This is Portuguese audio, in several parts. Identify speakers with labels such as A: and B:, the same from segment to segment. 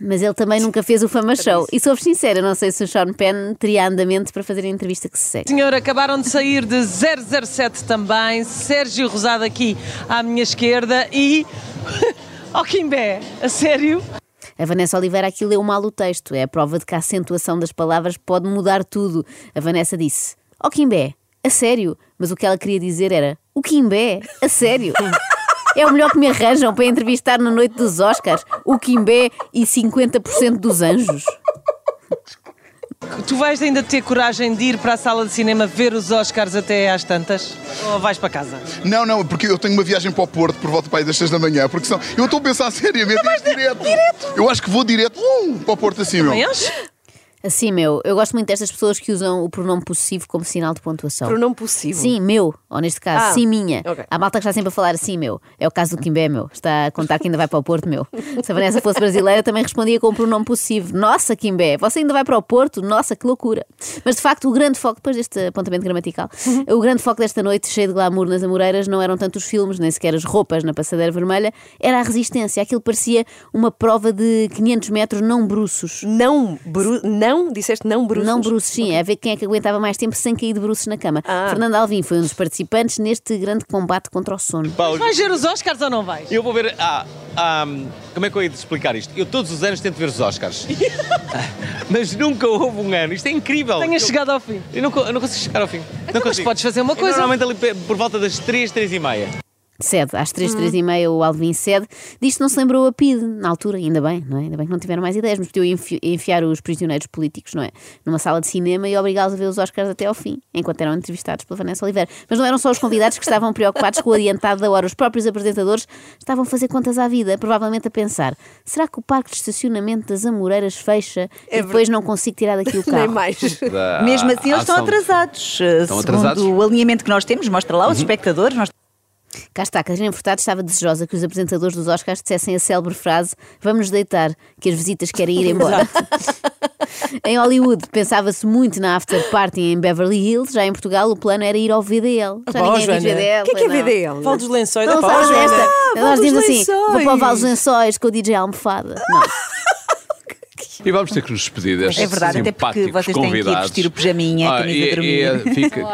A: Mas ele também nunca fez o Fama Show. E sou sincera, não sei se o Sean Penn teria andamento para fazer a entrevista que se segue.
B: Senhor, acabaram de sair de 007 também, Sérgio Rosado aqui à minha esquerda e. Oh, Kimbé, a sério?
A: A Vanessa Oliveira aqui leu mal o texto. É a prova de que a acentuação das palavras pode mudar tudo. A Vanessa disse: Ó Quimbé, a sério? Mas o que ela queria dizer era: O Quimbé, a sério? É o melhor que me arranjam para entrevistar na noite dos Oscars o Quimbé e 50% dos anjos.
B: Tu vais ainda ter coragem de ir para a sala de cinema ver os Oscars até às tantas? Ou vais para casa?
C: Não, não, porque eu tenho uma viagem para o Porto por volta para aí das 6 da manhã, porque senão eu estou a pensar seriamente em ir direto. Eu acho que vou direto uh, para o Porto assim, meu.
D: é.
B: Amanhãs?
A: Assim, meu, eu gosto muito destas pessoas que usam o pronome possessivo como sinal de pontuação.
E: Pronome possível.
A: Sim, meu, ou neste caso,
E: Ah,
A: sim, minha.
E: ok.
A: Há malta que está sempre a falar sim, meu. É o caso do Quimbé, meu. Está a contar que ainda vai para o Porto, meu. Se a Vanessa fosse brasileira, também respondia com o pronome possessivo. Nossa, Quimbé, você ainda vai para o Porto? Nossa, que loucura. Mas de facto, o grande foco, depois deste apontamento gramatical,
E: Uhum.
A: o grande foco desta noite, cheio de glamour nas Amoreiras, não eram tanto os filmes, nem sequer as roupas na passadeira vermelha, era a resistência. Aquilo parecia uma prova de 500 metros não bruços.
E: Não, bru... não, disseste não, Bruce.
A: Não bruços, sim, é a ver quem é que aguentava mais tempo sem cair de bruços na cama.
E: Ah.
A: Fernando Alvim foi um dos participantes neste grande combate contra o sono.
B: Vais ver os Oscars ou não vais?
F: Eu vou ver. Ah, ah, como é que eu ia te explicar isto? Eu todos os anos tento ver os Oscars. mas nunca houve um ano. Isto é incrível.
B: Tenhas
F: Eu-
B: chegado ao fim.
F: Eu não, co- eu não consigo chegar ao fim.
D: Então,
F: não
B: mas
F: consigo.
B: podes fazer uma
F: Eu
B: coisa.
F: Normalmente ali pe- por volta das 3, 3 e meia.
A: Cede, às três, três e meia o Alvin cede. Disto não se lembrou a PIDE, na altura, ainda bem, não é? Ainda bem que não tiveram mais ideias, mas podiam enfi- enfiar os prisioneiros políticos, não é? Numa sala de cinema e obrigá-los a ver os Oscars até ao fim, enquanto eram entrevistados pela Vanessa Oliveira. Mas não eram só os convidados que estavam preocupados com o adiantado da hora. Os próprios apresentadores estavam a fazer contas à vida, provavelmente a pensar: será que o parque de estacionamento das Amoreiras fecha e depois não consigo tirar daqui o
E: Nem
A: carro?
E: mais.
D: Mesmo assim, eles
G: ação.
D: estão atrasados. eh,
G: Ah, Estão
D: segundo
G: atrasados? Uhum.
D: o alinhamento que nós temos, mostra lá os espectadores. Nós...
A: Cá está, Catarina Furtado estava desejosa que os apresentadores dos Oscars dissessem a célebre frase: Vamos nos deitar, que as visitas querem ir embora. em Hollywood pensava-se muito na after party em Beverly Hills, já em Portugal o plano era ir ao VDL. Já
H: Bom,
A: ninguém diz
H: Joana.
A: VDL.
E: O que é que é
A: pois não.
E: VDL?
H: Fala dos lençóis.
A: Não
H: Dá para-
A: sabes
H: Olha,
A: esta.
E: Vale
A: Nós
E: dos
A: dizemos assim:
E: lençóis.
A: Vou para o Val dos Lençóis com o DJ Almofada. Não.
G: E vamos ter que nos despedir destes
D: É verdade, até porque
G: simpáticos
D: vocês têm que ir
G: convidados.
D: vestir o pijaminha, a
G: Ah,
D: camisa
G: e- e,
D: dormir.
G: fica-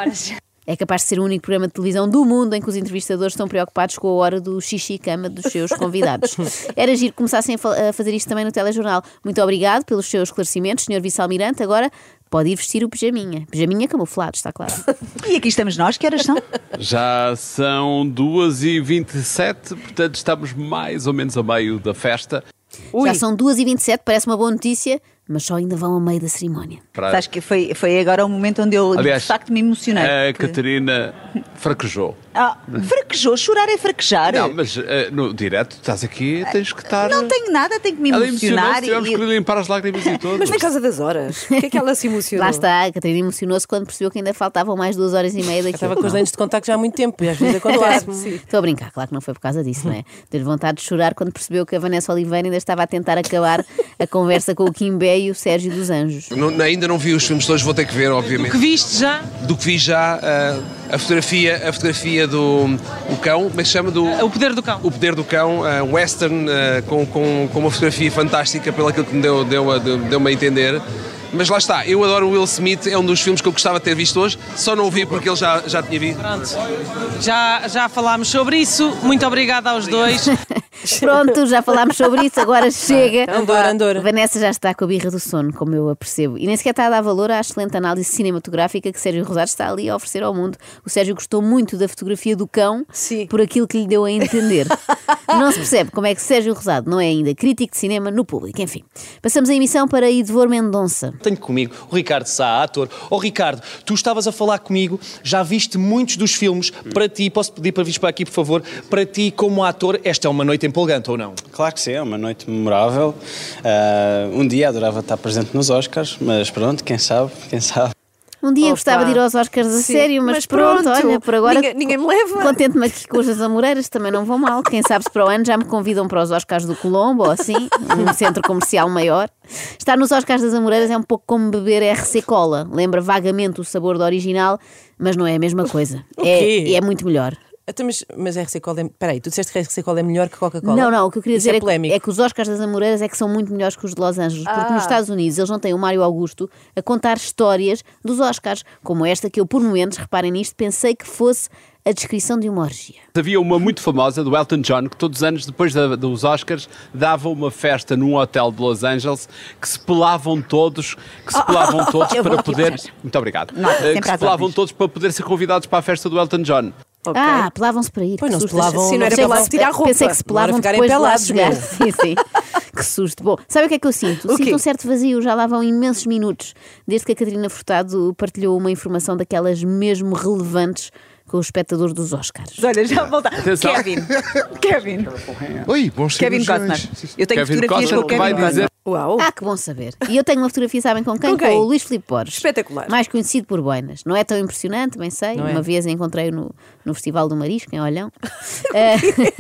A: É capaz de ser o único programa de televisão do mundo em que os entrevistadores estão preocupados com a hora do xixi e cama dos seus convidados. Era giro que começassem a fa- a fazer isto também no telejornal. Muito obrigado pelos seus esclarecimentos, Sr. Vice-Almirante. Agora pode ir vestir o pijaminha. Pijaminha camuflado, está claro.
D: E aqui estamos nós, que horas são?
G: Já são 2h27, portanto estamos mais ou menos a meio da festa.
A: Já são 2h27, parece uma boa notícia, mas só ainda vão a meio da cerimónia.
G: Para-
D: Sabes que foi, foi agora o momento onde eu
G: Aliás,
D: de facto me emocionei.
G: A
D: porque-
G: Catarina fraquejou.
D: Ah, fraquejou, chorar é fraquejar.
G: Não, mas eh, no direto estás aqui, tens que estar.
D: Não tenho nada, tenho que me
G: Ela emocionou-se,
D: emocionar.
G: tivemos
D: e-
G: que limpar as lágrimas e tudo.
E: Mas na casa das horas, o que é que ela se emocionou?
A: Lá está, a Catarina emocionou-se quando percebeu que ainda faltavam mais duas horas e meia daqui.
H: Estava com os dentes de contacto já há muito tempo e às vezes acontece-me.
A: Estou a brincar, claro que não foi por causa disso, não é? Teve vontade de chorar quando percebeu que a Vanessa Oliveira ainda estava a tentar acabar a conversa com o Kimbé e o Sérgio dos Anjos.
I: Não- ainda não vi os filmes todos, vou ter que ver, obviamente.
B: viste já?
I: Do que vi já, ah, a fotografia, a fotografia do o cão, como é que se chama? Do, o
B: Poder do Cão.
I: O Poder do Cão, ah, western, ah, com, com, com uma fotografia fantástica, pelo aquilo que me deu, deu, a- deu- deu-me a entender. Mas lá está, eu adoro o Will Smith, é um dos filmes que eu gostava de ter visto hoje, só não o vi porque ele já, já tinha visto.
B: Já, já falámos sobre isso. Muito obrigada aos dois.
A: Pronto, já falámos sobre isso, agora
E: tá
A: chega.
H: Andora, andora.
A: Vanessa já está com a birra do sono, como eu a percebo. E nem sequer está a dar valor à excelente análise cinematográfica que Sérgio Rosado está ali a oferecer ao mundo. O Sérgio gostou muito da fotografia do cão por aquilo que lhe deu a entender. não se percebe como é que Sérgio Rosado não é ainda crítico de cinema no público. Enfim, passamos a emissão para Idvor Mendonça.
J: Tenho comigo o Ricardo Sá, ator. Oh, Ricardo, tu estavas a falar comigo, já viste muitos dos filmes. Para ti, posso pedir para vires para aqui, por favor? Para ti, como ator, esta é uma noite empolgante ou não?
K: Claro que sim, é uma noite memorável. Ah, um dia adorava estar presente nos Oscars, mas pronto, quem sabe, quem sabe.
A: Um dia
K: Opa.
A: gostava de ir aos Oscars a
K: Sim.
A: sério, mas,
K: Mas
A: pronto,
K: pronto,
A: olha, por agora.
K: ninguém-
E: me leva.
A: Contente-me aqui com os das Amoreiras, também não vão mal. Quem sabe se para o ano já me convidam para os Oscars do Colombo ou assim, um centro comercial maior. Estar nos Oscars das Amoreiras é um pouco como beber RC Cola. Lembra vagamente o sabor do original, mas não é a mesma coisa.
H: O
A: É,
H: quê?
A: é muito melhor.
H: Então, mas, mas RC Cola é. Peraí, tu disseste que RC Cola é melhor que Coca-Cola?
A: Não, não, o que eu queria
H: Isso
A: dizer
H: é
A: é, que,
H: polémico.
A: é que os Oscars das Amoreiras é que são muito melhores que os de Los Angeles, porque
H: Ah.
A: nos Estados Unidos eles não têm o Mário Augusto a contar histórias dos Oscars, como esta que eu, por momentos, reparem nisto, pensei que fosse a descrição de uma orgia.
G: Havia uma muito famosa do Elton John que todos os anos, depois da- dos Oscars, dava uma festa num hotel de Los Angeles que se pelavam todos, que se pelavam
F: Oh,
G: todos
F: eu vou
G: para
F: aqui
G: poder.
F: buscar.
G: Muito obrigado.
F: Não,
G: Eh,
F: sempre
G: que se
F: às
G: pelavam
F: ordens.
G: todos para poder ser convidados para a festa do Elton John.
A: Ah, pelavam-se para ir.
H: Pois
A: que
H: não se
A: susto.
H: pelavam- Se não era
A: Pensei
H: pelavam
A: que-
H: tirar a roupa.
A: Pensei que se
H: Não era
A: pelavam
H: ficarem
A: depois de lá
H: pelados,
A: chegar.
H: meu.
A: Sim, sim. Que susto. Bom, sabe o que é que eu sinto?
H: O quê?
A: Sinto um certo vazio, já lá vão imensos minutos, desde que a Catarina Furtado partilhou uma informação daquelas mesmo relevantes com os espectadores dos Oscars.
D: Olha, já voltar.
A: Atenção.
D: Kevin. Kevin.
C: Oi, bons
D: Kevin Costner. Eu tenho
A: Kevin
D: fotografias
A: Costner
D: com o Kevin
A: vai
D: Costner.
A: dizer-
E: Uau.
A: Ah, que bom saber. E eu tenho uma fotografia, sabem com quem?
E: Com quem?
A: o Luís Filipe Borges.
E: Espetacular.
A: Mais conhecido por Boinas. Não é tão impressionante, bem sei.
E: Não é?
A: Uma vez encontrei-o no, no Festival do Marisco, em Olhão. Eh,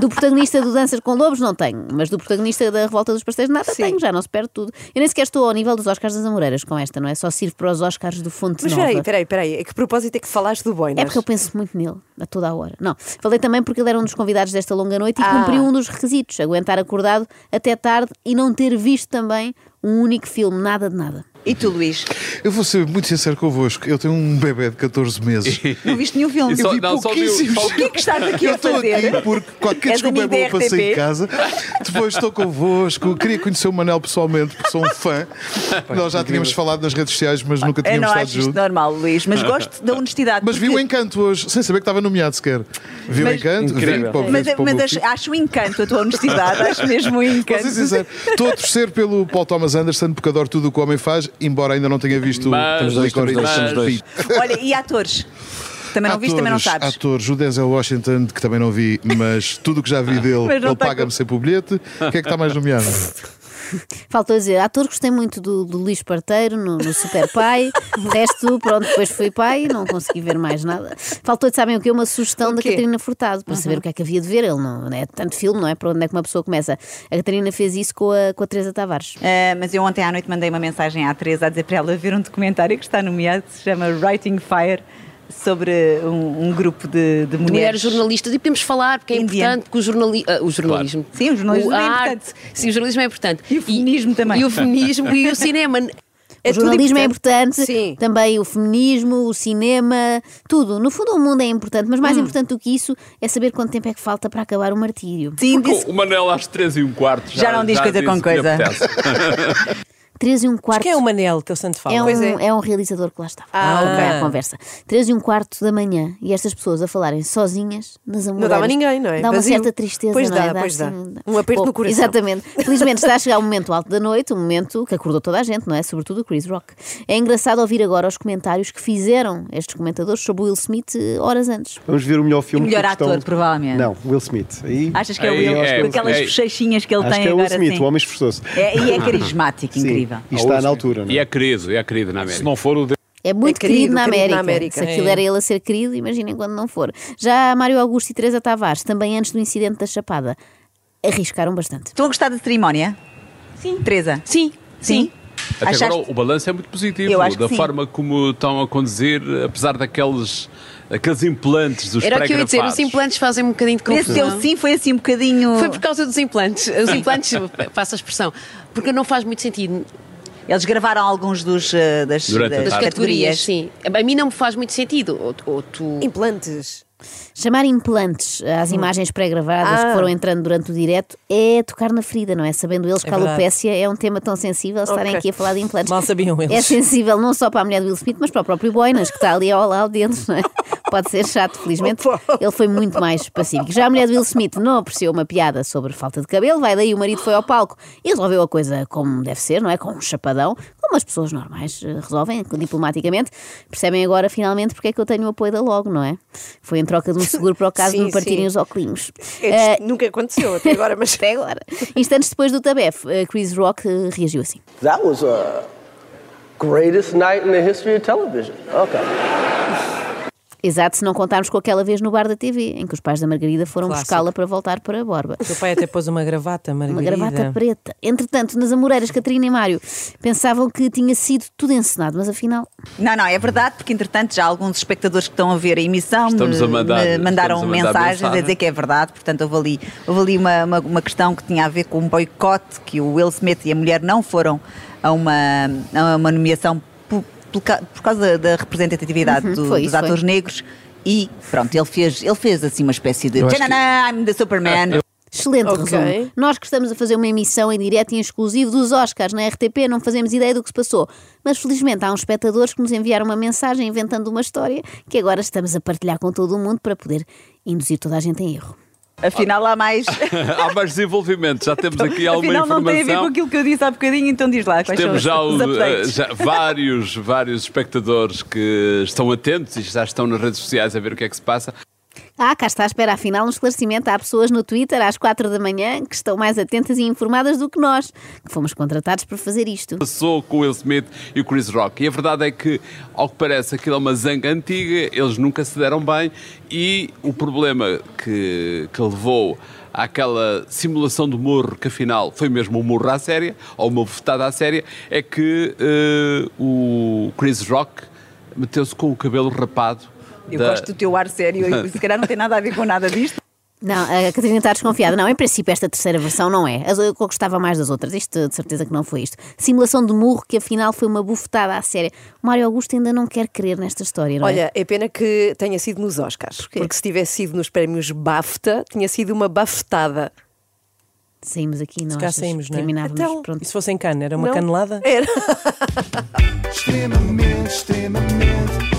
A: do protagonista do Danças com Lobos não tenho, mas do protagonista da Revolta dos Pastéis nada tenho, já não se perde tudo. Eu nem sequer estou ao nível dos Oscars das Amoreiras com esta, não é? Só sirvo para os Oscars do Fonte
E: Mas
A: Nova.
E: peraí, peraí, peraí. A que propósito é que falaste do Boinas?
A: É porque eu penso muito nele, a toda a hora. Não, falei também porque ele era um dos convidados desta longa noite e cumpriu um dos requisitos: aguentar acordado até tarde e não ter visto também um único filme, nada de nada.
D: E tu, Luís?
L: Eu vou ser muito sincero convosco. Eu tenho um bebê de 14 meses.
D: Não viste nenhum filme.
L: Eu vi pouquíssimos.
D: O que é que estás aqui
L: Eu
D: a
L: estou
D: fazer?
L: aqui porque qualquer
D: És
L: desculpa é
D: amigo da
L: boa para
D: RTP?
L: sair de casa. Depois estou convosco. Queria conhecer o Manel pessoalmente, porque sou um fã. Nós já tínhamos falado nas redes sociais, mas nunca
D: Eu
L: tínhamos
D: É, não
L: estado
D: acho isto
L: juntos. Ah.
D: normal, Luís, mas gosto da honestidade.
L: Mas vi o encanto hoje, sem saber que estava nomeado sequer. Vi o
D: Mas-
L: encanto, vi para o
D: mas,
L: para o
D: mas
L: meu
D: acho, acho um encanto a tua honestidade, acho mesmo um encanto.
L: Vou ser sincero, Estou a torcer pelo Paul Thomas Anderson, porque adoro tudo o que o homem faz, embora ainda não tenha visto
G: Mas-
L: o Licorice
G: mas-
L: Pizza.
D: Olha, e atores? Também não viste, também não
L: Atores,
D: sabes.
L: Atores, o Denzel Washington, que também não vi, mas tudo o que já vi dele,
D: Mas não
L: ele
D: tá
L: paga-me sempre o bilhete. O que é que está mais nomeado?
A: Faltou dizer, ator gostei muito do, do Luís Parteiro no, no Super Pai. De resto, pronto, depois fui pai, não consegui ver mais nada. Faltou, sabem o que? Uma sugestão da Catarina Furtado para saber o que é que havia de ver. Ele não é tanto filme, não é? Para onde é que uma pessoa começa? A Catarina fez isso com a, com a Teresa Tavares.
D: Ah, mas eu ontem à noite mandei uma mensagem à Teresa a dizer para ela ver um documentário que está nomeado, que se chama Writing Fire, sobre um, um grupo de, de
M: de mulheres
D: mulheres.
M: jornalistas e podemos falar porque é importante porque o, jornali ah, o jornalismo
D: sim o jornalismo
M: a
D: é
M: arte,
D: importante.
M: sim o jornalismo é importante e o feminismo
D: também.
M: e o feminismo e o cinema
A: o jornalismo é importante, também o feminismo, o cinema, tudo. No fundo, o mundo é importante, mas
H: Hum.
A: mais importante do que isso é saber quanto tempo é que falta para acabar o martírio.
G: Porque O Manel às 3 e um quarto.
A: Já não diz coisa com
G: disse o que lhe
A: coisa.
G: apetece.
A: 3 e um quarto.
H: Quem é o Manel, que eu santo fala?
A: É um,
H: Pois é.
A: é um realizador que lá estava.
H: Ah,
A: Não é
H: ok.
A: a conversa. 3 e um quarto da manhã e estas pessoas a falarem sozinhas nas
E: Não
A: amoreiras.
E: dava ninguém, não é?
A: Dá uma
E: Vazio.
A: certa tristeza.
E: Pois
A: não é?
E: dá, pois dá.
A: assim-
E: Um aperto
A: Bom,
E: no coração.
A: Exatamente. Felizmente está a chegar o momento alto da noite, o momento que acordou toda a gente, não é? Sobretudo o Chris Rock. É engraçado ouvir agora os comentários que fizeram estes comentadores sobre o Will Smith eh, horas antes.
N: Vamos ver o melhor filme.
A: E melhor
N: que estão-
A: ator, provavelmente.
N: Não, Will Smith. Aí-
D: Achas que é o Will?
N: acho que
D: com aquelas bochechinhas que ele
N: Acho
D: tem
N: que é o Will
D: agora
N: Smith,
D: assim.
N: o homem esforçou-se.
D: É, e é carismático,
N: Sim,
D: incrível.
O: Ah,
N: E está na altura, não é?
G: E é querido, e é querido na América. Se não for o
A: É muito querido,
E: É querido,
A: na,
E: querido
A: América.
E: na América.
A: Se aquilo
E: É.
A: era ele a ser querido, imaginem quando não for. Já Mário Augusto e Teresa Tavares, também antes do incidente da Chapada, arriscaram bastante.
D: Estão a gostar da cerimónia? Sim. Teresa? Sim. Sim?
G: Até
D: Achaste-
G: agora o balanço é muito positivo.
D: Eu acho que
G: da
D: sim.
G: forma como estão a conduzir, apesar daqueles aqueles implantes dos
M: Era o que eu ia dizer, os
G: pré-gravados.
M: implantes fazem um bocadinho de
D: Esse
M: confusão.
D: teu sim foi assim um bocadinho.
M: Foi por causa dos implantes. Os implantes, passa a expressão, porque não faz muito sentido.
D: Eles gravaram alguns dos, eh, das,
M: Durante a
D: das
M: tarde.
D: categorias.
M: Sim. A mim não me faz muito sentido. Ou, ou tu...
E: Implantes.
A: Chamar implantes eh, às
H: Hum.
A: imagens pré-gravadas
E: Ah.
A: que foram entrando durante o direto é tocar na ferida, não é? Sabendo eles que
H: É
A: a
H: verdade.
A: alopécia é um tema tão sensível, estarem
H: Ok.
A: aqui a falar de implantes.
H: Mal sabiam eles.
A: É sensível não só para a mulher do Will Smith, mas para o próprio Boinas, que está ali ao lado deles, não é? Pode ser chato, felizmente. Ele foi muito mais pacífico. Já a mulher do Will Smith não apreciou uma piada sobre falta de cabelo, vai daí o marido foi ao palco e resolveu a coisa como deve ser, não é? Com um chapadão, como as pessoas normais eh, resolvem, diplomaticamente. Percebem agora, finalmente, porque é que eu tenho o apoio da Logo, não é? Foi em troca de um seguro para o caso de
E: Sim,
A: me partirem
E: sim.
A: os óculos.
E: É, isto nunca aconteceu até agora, mas.
A: até agora. Instantes depois do Tabef, eh, Chris Rock eh, reagiu assim.
P: That was a greatest night in the history of television. Okay.
A: Exato, se não contarmos com aquela vez no bar da TV, em que os pais da Margarida foram
H: Clássico.
A: buscá-la para voltar para Borba.
H: O teu pai até pôs uma gravata,
A: Uma
H: Margarida.
A: gravata preta. Entretanto, nas Amoreiras, Catarina e Mário pensavam que tinha sido tudo encenado, mas afinal.
D: Não, não, é verdade, porque entretanto já alguns espectadores que estão a ver a emissão
A: Estamos
D: me,
A: a mandar-
D: me mandaram
A: estamos a mandar
D: mensagens a
A: mensagem.
D: dizer que é verdade. Portanto, houve ali, houve ali uma, uma, uma questão que tinha a ver com um boicote que o Will Smith e a mulher não foram a uma, a uma nomeação por, por ca- por causa da representatividade
A: Uhum,
D: do-
A: foi,
D: dos
A: foi.
D: atores negros. E pronto, ele fez, ele fez assim uma espécie de.
A: Eu acho que- Ah,
D: "Tchananã, I'm the Superman.
A: Excelente
D: Ok.
A: resumo. Nós que estamos a fazer uma emissão em direto e em exclusivo dos Oscars na RTP, não fazemos ideia do que se passou. Mas felizmente há uns espectadores que nos enviaram uma mensagem inventando uma história que agora estamos a partilhar com todo o mundo para poder induzir toda a gente em erro.
D: Afinal, há mais.
G: é- Há mais desenvolvimento, já temos aqui alguma
D: Então, Afinal, não tem a ver com
G: informação.
D: aquilo que eu disse há bocadinho, então diz lá. Quais
G: Temos
D: são
G: já,
D: os
G: o- eh,
D: updates?
G: já vários, vários espectadores que estão atentos e já estão nas redes sociais a ver o que é que se passa.
A: Ah, cá está, espera, afinal, um esclarecimento. Há pessoas no Twitter às quatro da manhã que estão mais atentas e informadas do que nós, que fomos contratados para fazer isto.
G: Passou com o Will Smith e o Chris Rock. E a verdade é que, ao que parece, aquilo é uma zanga antiga, eles nunca se deram bem e o problema que, que levou àquela simulação do morro, que afinal foi mesmo um morro à séria, ou uma votada à séria, é que eh, o Chris Rock meteu-se com o cabelo rapado.
D: Eu
G: da-
D: gosto do teu ar sério, e se calhar não tem nada a ver com nada disto.
A: Não, a Catarina está desconfiada. Não, em princípio, esta terceira versão não é. As- Eu gostava mais das outras. Isto, de certeza, que não foi isto. Simulação de murro, que afinal foi uma bufetada à séria. O Mário Augusto ainda não quer crer nesta história, não é?
E: Olha, é pena que tenha sido nos Oscars, porque se tivesse sido nos prémios BAFTA, tinha sido uma bafetada.
A: Saímos aqui, não
E: Se
H: Cá
E: achas?
H: saímos, não é?
E: Terminávamos, Então,
H: E se fosse em cana, era uma
E: Não.
H: canelada?
E: Era.
O: Extremamente, extremamente.